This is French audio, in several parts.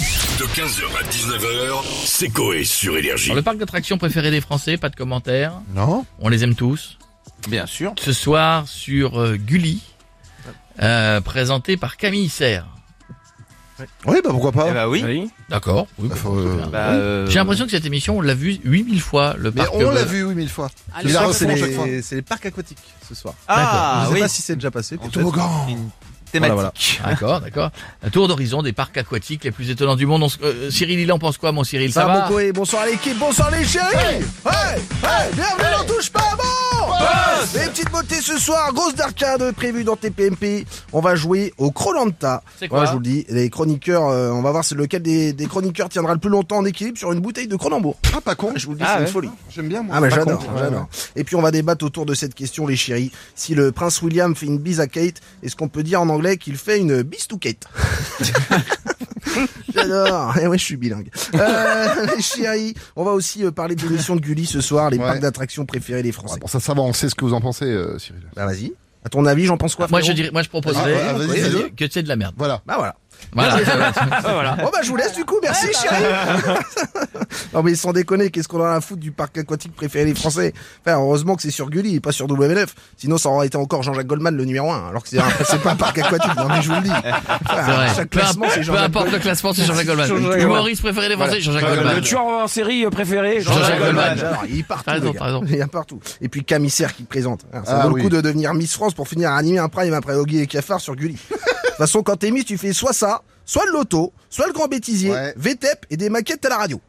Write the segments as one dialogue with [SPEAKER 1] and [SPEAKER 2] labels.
[SPEAKER 1] De 15h à 19h, c'est Coé sur Énergie.
[SPEAKER 2] Alors, le parc d'attractions préféré des Français, pas de commentaires.
[SPEAKER 3] Non
[SPEAKER 2] On les aime tous.
[SPEAKER 3] Bien sûr.
[SPEAKER 2] Ce soir sur euh, Gulli, euh, présenté par Camille Serre.
[SPEAKER 3] Oui, bah pourquoi pas.
[SPEAKER 4] Eh bah oui.
[SPEAKER 2] D'accord. oui,
[SPEAKER 3] Bah,
[SPEAKER 2] bah,
[SPEAKER 3] faut,
[SPEAKER 2] c'est
[SPEAKER 3] euh,
[SPEAKER 2] bien.
[SPEAKER 4] Bah, euh,
[SPEAKER 2] J'ai l'impression que cette émission, on l'a vue 8000 fois, le
[SPEAKER 3] Mais
[SPEAKER 2] parc.
[SPEAKER 3] on l'a
[SPEAKER 2] euh,
[SPEAKER 3] vu oui mille fois.
[SPEAKER 5] Ah,
[SPEAKER 3] Il
[SPEAKER 5] le
[SPEAKER 3] a
[SPEAKER 5] soir,
[SPEAKER 3] refait
[SPEAKER 5] c'est
[SPEAKER 3] les-
[SPEAKER 5] bon, chaque fois.
[SPEAKER 6] C'est les parcs aquatiques ce soir.
[SPEAKER 4] Ah
[SPEAKER 6] Je sais
[SPEAKER 4] oui.
[SPEAKER 6] pas si c'est déjà passé.
[SPEAKER 4] En
[SPEAKER 6] peut-être.
[SPEAKER 4] fait,
[SPEAKER 3] toboggan.
[SPEAKER 4] Une thématique.
[SPEAKER 6] Voilà,
[SPEAKER 2] D'accord, d'accord. Un tour d'horizon des parcs aquatiques les plus étonnants du monde. On s- euh, Cyril, il en pense quoi, mon Cyril Ça,
[SPEAKER 6] Ça va,
[SPEAKER 2] va
[SPEAKER 6] bon Koé Bonsoir l'équipe, bonsoir les chéris Hey Hey, Bienvenue n'en touche pas à bon Les petites beautés ce soir, grosse d'arcade prévue dans TPMP. On va jouer au Crolanta.
[SPEAKER 2] C'est quoi
[SPEAKER 6] Voilà, je vous le dis, les chroniqueurs, euh, on va voir c'est lequel des, des chroniqueurs tiendra le plus longtemps en équilibre sur une bouteille de Cronenbourg.
[SPEAKER 3] Ah pas con.
[SPEAKER 6] Je vous le dis,
[SPEAKER 4] Ah
[SPEAKER 6] c'est
[SPEAKER 4] ouais.
[SPEAKER 6] une folie.
[SPEAKER 3] J'aime bien moi.
[SPEAKER 6] Ah mais
[SPEAKER 3] Pas
[SPEAKER 6] j'adore,
[SPEAKER 3] con.
[SPEAKER 6] j'adore. Et puis on va débattre autour de cette question les chéris. Si le prince William fait une bise à Kate, est-ce qu'on peut dire en anglais qu'il fait une bise to Kate J'adore. Et ouais, je suis bilingue. Euh, les chéris, on va aussi euh, parler de l'émission de Gulli ce soir, les
[SPEAKER 3] Ouais.
[SPEAKER 6] parcs d'attractions préférés des
[SPEAKER 3] Ouais,
[SPEAKER 6] Français.
[SPEAKER 3] bon ça ça va, on sait ce que vous en pensez euh, Cyril.
[SPEAKER 6] Bah vas-y. À ton avis, j'en pense quoi
[SPEAKER 2] Moi, je
[SPEAKER 6] frérot
[SPEAKER 2] dirais, moi, je
[SPEAKER 3] Ah,
[SPEAKER 2] proposerais
[SPEAKER 3] vas-y, dis-le.
[SPEAKER 2] que c'est de la merde.
[SPEAKER 3] Voilà.
[SPEAKER 6] Bah voilà.
[SPEAKER 2] Voilà.
[SPEAKER 6] Bon bah je vous laisse du coup, merci
[SPEAKER 2] bah
[SPEAKER 6] chérie Non mais sans déconner, qu'est-ce qu'on a à foutre du parc aquatique préféré des Français Enfin heureusement que c'est sur Gulli et pas sur WNF, sinon ça aurait été encore Jean-Jacques Goldman le numéro 1, alors que c'est un- c'est pas un parc aquatique, non mais je vous le dis. Enfin,
[SPEAKER 2] C'est vrai.
[SPEAKER 6] Chaque
[SPEAKER 2] Peu,
[SPEAKER 6] classement
[SPEAKER 2] importe-
[SPEAKER 6] c'est
[SPEAKER 2] peu
[SPEAKER 6] Jean-Jacques
[SPEAKER 2] importe
[SPEAKER 6] Goldman.
[SPEAKER 2] le classement, c'est Jean-Jacques Goldman.
[SPEAKER 6] Jean-Jacques
[SPEAKER 2] Humoriste préféré des Français, Jean-Jacques Goldman.
[SPEAKER 7] Le tueur en série préféré, Jean-Jacques
[SPEAKER 2] Jean-Jacques Goldman.
[SPEAKER 6] Alors, il est partout,
[SPEAKER 2] T'as raison,
[SPEAKER 6] le gars.
[SPEAKER 2] t'as raison.
[SPEAKER 6] il est partout. Et puis Camissaire qui présente. Ah, Ça
[SPEAKER 3] Ah
[SPEAKER 6] vaut
[SPEAKER 3] oui.
[SPEAKER 6] le coup de devenir Miss France pour finir à animer un prime après Oggy et Cafard sur Gulli. De toute façon, quand t'es Miss, tu fais soit ça, soit le loto, soit le grand bêtisier,
[SPEAKER 3] Ouais.
[SPEAKER 6] VTEP et des maquettes à la radio.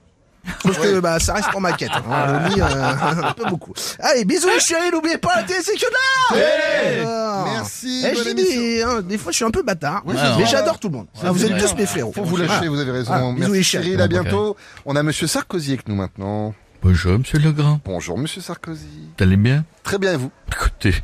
[SPEAKER 6] Sauf que bah, ça reste en maquette. hein.
[SPEAKER 3] Ah.
[SPEAKER 6] On le dit, euh, un peu beaucoup. Allez, bisous les chéris, n'oubliez pas la télé, c'est que de
[SPEAKER 3] Ah.
[SPEAKER 6] là
[SPEAKER 3] Merci.
[SPEAKER 6] Eh,
[SPEAKER 3] bonne
[SPEAKER 6] je dis
[SPEAKER 3] émission.
[SPEAKER 6] des, hein, des fois, je suis un peu bâtard,
[SPEAKER 3] Oui,
[SPEAKER 2] c'est
[SPEAKER 6] mais
[SPEAKER 2] vrai.
[SPEAKER 6] j'adore tout le monde.
[SPEAKER 2] Ah,
[SPEAKER 6] vous
[SPEAKER 2] c'est
[SPEAKER 6] êtes
[SPEAKER 2] vrai.
[SPEAKER 6] tous mes frérots.
[SPEAKER 3] Faut vous
[SPEAKER 6] Voilà.
[SPEAKER 3] lâcher, vous avez raison.
[SPEAKER 6] Ah, bisous, les
[SPEAKER 3] Merci
[SPEAKER 6] chéris.
[SPEAKER 3] Cyril, à bientôt. On a Monsieur Sarkozy avec nous maintenant.
[SPEAKER 2] Bonjour, monsieur Legrand.
[SPEAKER 3] Bonjour Monsieur Sarkozy.
[SPEAKER 2] T'allez bien
[SPEAKER 3] Très bien et vous.
[SPEAKER 2] Écoutez,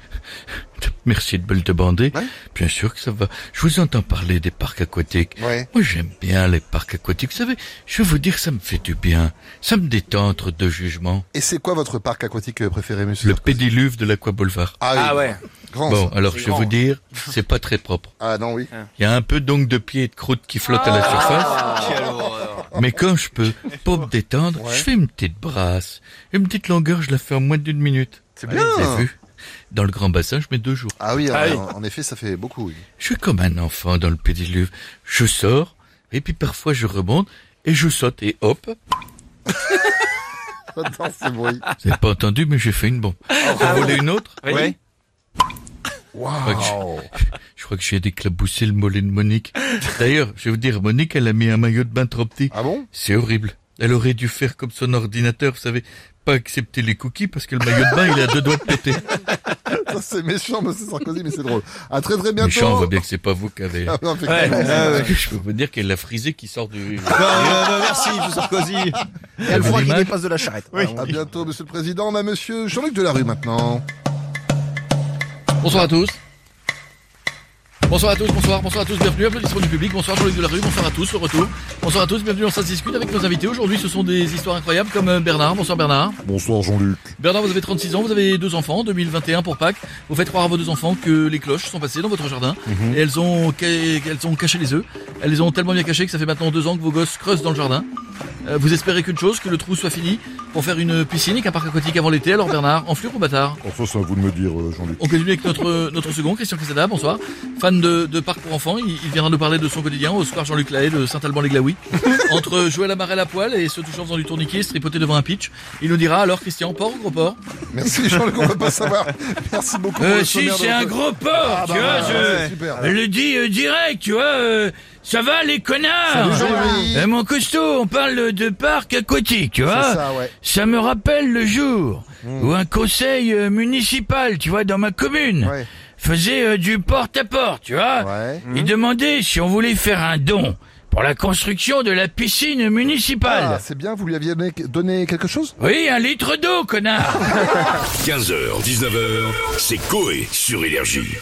[SPEAKER 2] merci de me le demander.
[SPEAKER 3] Ouais.
[SPEAKER 2] Bien sûr que ça va. Je vous entends parler des parcs aquatiques.
[SPEAKER 3] Ouais.
[SPEAKER 2] Moi, j'aime bien les parcs aquatiques. Vous savez, je vais vous dire, ça me fait du bien. Ça me détend entre deux jugements.
[SPEAKER 3] Et c'est quoi votre parc aquatique euh, préféré Monsieur
[SPEAKER 2] Le
[SPEAKER 3] Sarkozy
[SPEAKER 2] pédiluve de l'Aqua Boulevard.
[SPEAKER 3] Ah, oui.
[SPEAKER 4] Ah ouais.
[SPEAKER 3] Grand.
[SPEAKER 2] Bon,
[SPEAKER 3] ça.
[SPEAKER 2] alors
[SPEAKER 3] C'est
[SPEAKER 2] je vais
[SPEAKER 3] grand. hein.
[SPEAKER 2] vous dire, c'est pas très propre.
[SPEAKER 3] Ah non oui.
[SPEAKER 2] Il y a un peu d'ongles de pied et de croûte qui flottent à la
[SPEAKER 3] Ah,
[SPEAKER 2] surface.
[SPEAKER 4] Quelle horreur.
[SPEAKER 2] Mais quand je peux, pour me détendre,
[SPEAKER 3] Ouais.
[SPEAKER 2] je fais une petite brasse. Une petite longueur, je la fais en moins d'une minute.
[SPEAKER 3] C'est
[SPEAKER 2] Ouais,
[SPEAKER 3] bien.
[SPEAKER 2] vous avez vu Dans le grand bassin, je mets deux jours.
[SPEAKER 3] Ah oui, en-
[SPEAKER 7] Ah oui.
[SPEAKER 3] en effet, ça fait beaucoup. oui.
[SPEAKER 2] Je suis comme un enfant dans le pédiluve. Je sors, et puis parfois je remonte, et je saute, et hop.
[SPEAKER 3] J'adore ce bruit.
[SPEAKER 2] Vous n'avez pas entendu, mais j'ai fait une bombe. Vous voulez une autre
[SPEAKER 4] Oui.
[SPEAKER 7] Ouais.
[SPEAKER 3] Waouh.
[SPEAKER 2] Je crois que j'ai déclaboussé le mollet de Monique. D'ailleurs, je vais vous dire, Monique, elle a mis un maillot de bain trop petit.
[SPEAKER 3] Ah bon
[SPEAKER 2] C'est horrible. Elle aurait dû faire comme son ordinateur, vous savez, pas accepter les cookies parce que le maillot de bain, il a deux doigts de péter.
[SPEAKER 3] Ça, c'est méchant, monsieur Sarkozy, mais c'est drôle. À très très bientôt.
[SPEAKER 2] Méchant, on voit bien que c'est pas vous qui avez...
[SPEAKER 3] Ah, non, effectivement.
[SPEAKER 2] Parce que Je peux vous dire qu'elle l'a frisé qui sort du...
[SPEAKER 4] Non, non, non, Euh, merci, M. Sarkozy.
[SPEAKER 6] Il y a le
[SPEAKER 2] Vous
[SPEAKER 6] froid
[SPEAKER 2] avez
[SPEAKER 6] qui
[SPEAKER 2] l'image
[SPEAKER 6] dépasse de la charrette. Ah,
[SPEAKER 3] À bientôt, monsieur le président. On a monsieur Jean-Luc Delarue maintenant.
[SPEAKER 2] Bonsoir à tous. Bonsoir à tous, bonsoir, bonsoir à tous, bienvenue, applaudissements du public, bonsoir Jean-Luc Delarue, bonsoir à tous, au retour. Bonsoir à tous, bienvenue dans Ça se discute avec nos invités. Aujourd'hui, ce sont des histoires incroyables comme euh, Bernard. Bonsoir Bernard.
[SPEAKER 3] Bonsoir Jean-Luc.
[SPEAKER 2] Bernard, vous avez 36 ans, vous avez deux enfants, 2021 pour Pâques. Vous faites croire à vos deux enfants que les cloches sont passées dans votre jardin
[SPEAKER 3] Mhm.
[SPEAKER 2] et elles ont, ca- elles ont caché les œufs. Elles les ont tellement bien cachés que ça fait maintenant deux ans que vos gosses creusent dans le jardin. Euh, vous espérez qu'une chose, que le trou soit fini pour faire une piscine et qu'un parc aquatique avant l'été. Alors Bernard, enflure ou bâtard
[SPEAKER 3] Enfin, c'est à vous de me dire, euh, Jean-Luc.
[SPEAKER 2] on continue avec notre, euh, notre second, Christian Quesada, bonsoir. Fan de, de Parc pour enfants, il, il viendra nous parler de son quotidien au square Jean-Luc Lahaye de Saint-Alban-les-Glaouis. Entre jouer à la marelle à la poêle et se touchant dans du tourniquet, se tripoter devant un pitch, il nous dira alors Christian, porc ou gros porc
[SPEAKER 3] Merci Jean-Luc, on peut pas savoir. Merci beaucoup.
[SPEAKER 2] Euh,
[SPEAKER 3] pour le sommaire de votre-
[SPEAKER 2] gros porc, tu
[SPEAKER 3] Ah,
[SPEAKER 4] vois, je-
[SPEAKER 3] c'est Super.
[SPEAKER 2] le dis euh, direct, tu vois, euh, ça va les connards
[SPEAKER 3] Jean-Luc.
[SPEAKER 2] Eh, mon costaud, on parle de parc aquatique, tu vois.
[SPEAKER 3] C'est ça, ouais. Hmm.
[SPEAKER 2] Ça me rappelle le jour où un conseil euh, municipal, tu vois, dans ma commune,
[SPEAKER 3] Ouais.
[SPEAKER 2] faisait euh, du porte-à-porte, tu vois.
[SPEAKER 3] Ouais. Hmm.
[SPEAKER 2] Il demandait si on voulait faire un don pour la construction de la piscine municipale.
[SPEAKER 3] Ah, c'est bien, vous lui aviez donné- donné quelque chose
[SPEAKER 2] Oui, un litre d'eau, connard
[SPEAKER 1] 15h, 19h, c'est Coé sur Énergie.